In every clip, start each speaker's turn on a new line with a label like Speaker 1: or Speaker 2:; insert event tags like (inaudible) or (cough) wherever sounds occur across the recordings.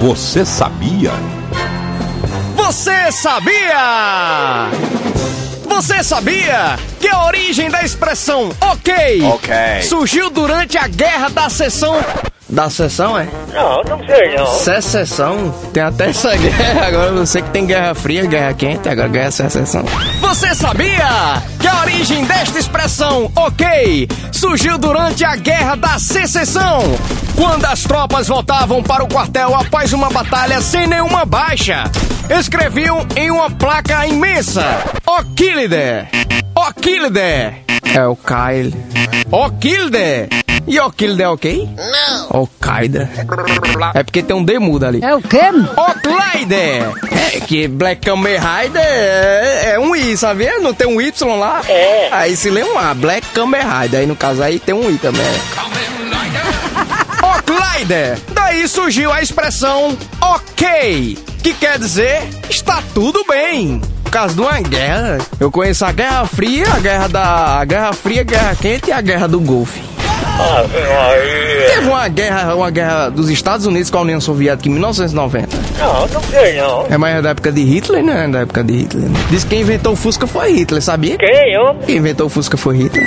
Speaker 1: Você sabia?
Speaker 2: Você sabia? Você sabia que a origem da expressão ok,
Speaker 3: Ok.
Speaker 2: surgiu durante a guerra da seção. Da seção, é?
Speaker 4: Não, não sei não.
Speaker 2: Secessão? Tem até essa (laughs) guerra agora, eu não sei que tem guerra fria, guerra quente, agora guerra secessão. Você sabia que a origem desta expressão, ok, surgiu durante a Guerra da Secessão, quando as tropas voltavam para o quartel após uma batalha sem nenhuma baixa. Escreviam em uma placa imensa, Oquilide, Oquilide. É o Kyle. Oquilde. E Oquilde é ok? Não. Okaida. É porque tem um D mudo ali.
Speaker 5: É o quê?
Speaker 2: Oclaider! É que Black Kamen Rider é, é um I, sabia? Não tem um Y lá?
Speaker 4: É.
Speaker 2: Aí se lê um A, Black Kamen Rider. Aí no caso aí tem um I também. (laughs) Oclaider! Daí surgiu a expressão ok, que quer dizer está tudo bem. Por causa de uma guerra, eu conheço a Guerra Fria, a Guerra da. A Guerra Fria, a Guerra Quente e a Guerra do Golfo.
Speaker 4: Ave Maria.
Speaker 2: Teve uma guerra, uma guerra dos Estados Unidos com a União Soviética em 1990.
Speaker 4: Não, não sei não.
Speaker 2: É mais da época de Hitler, né? Da época de Hitler. Diz que quem inventou o Fusca foi Hitler, sabia?
Speaker 4: Quem, homem?
Speaker 2: Quem inventou o Fusca foi Hitler.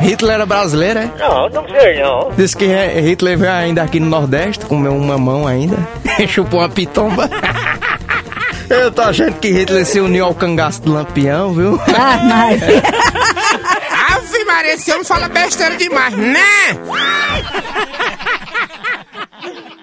Speaker 2: Hitler era brasileiro, é?
Speaker 4: Não, não sei não.
Speaker 2: Diz que He- Hitler veio ainda aqui no Nordeste, comeu um mamão ainda, (laughs) chupou uma pitomba. (laughs) Eu tô achando que Hitler se uniu ao cangaço do Lampião, viu?
Speaker 5: Ah,
Speaker 2: (laughs)
Speaker 5: Maria.
Speaker 6: Ave Maria, esse homem fala besteira demais, né?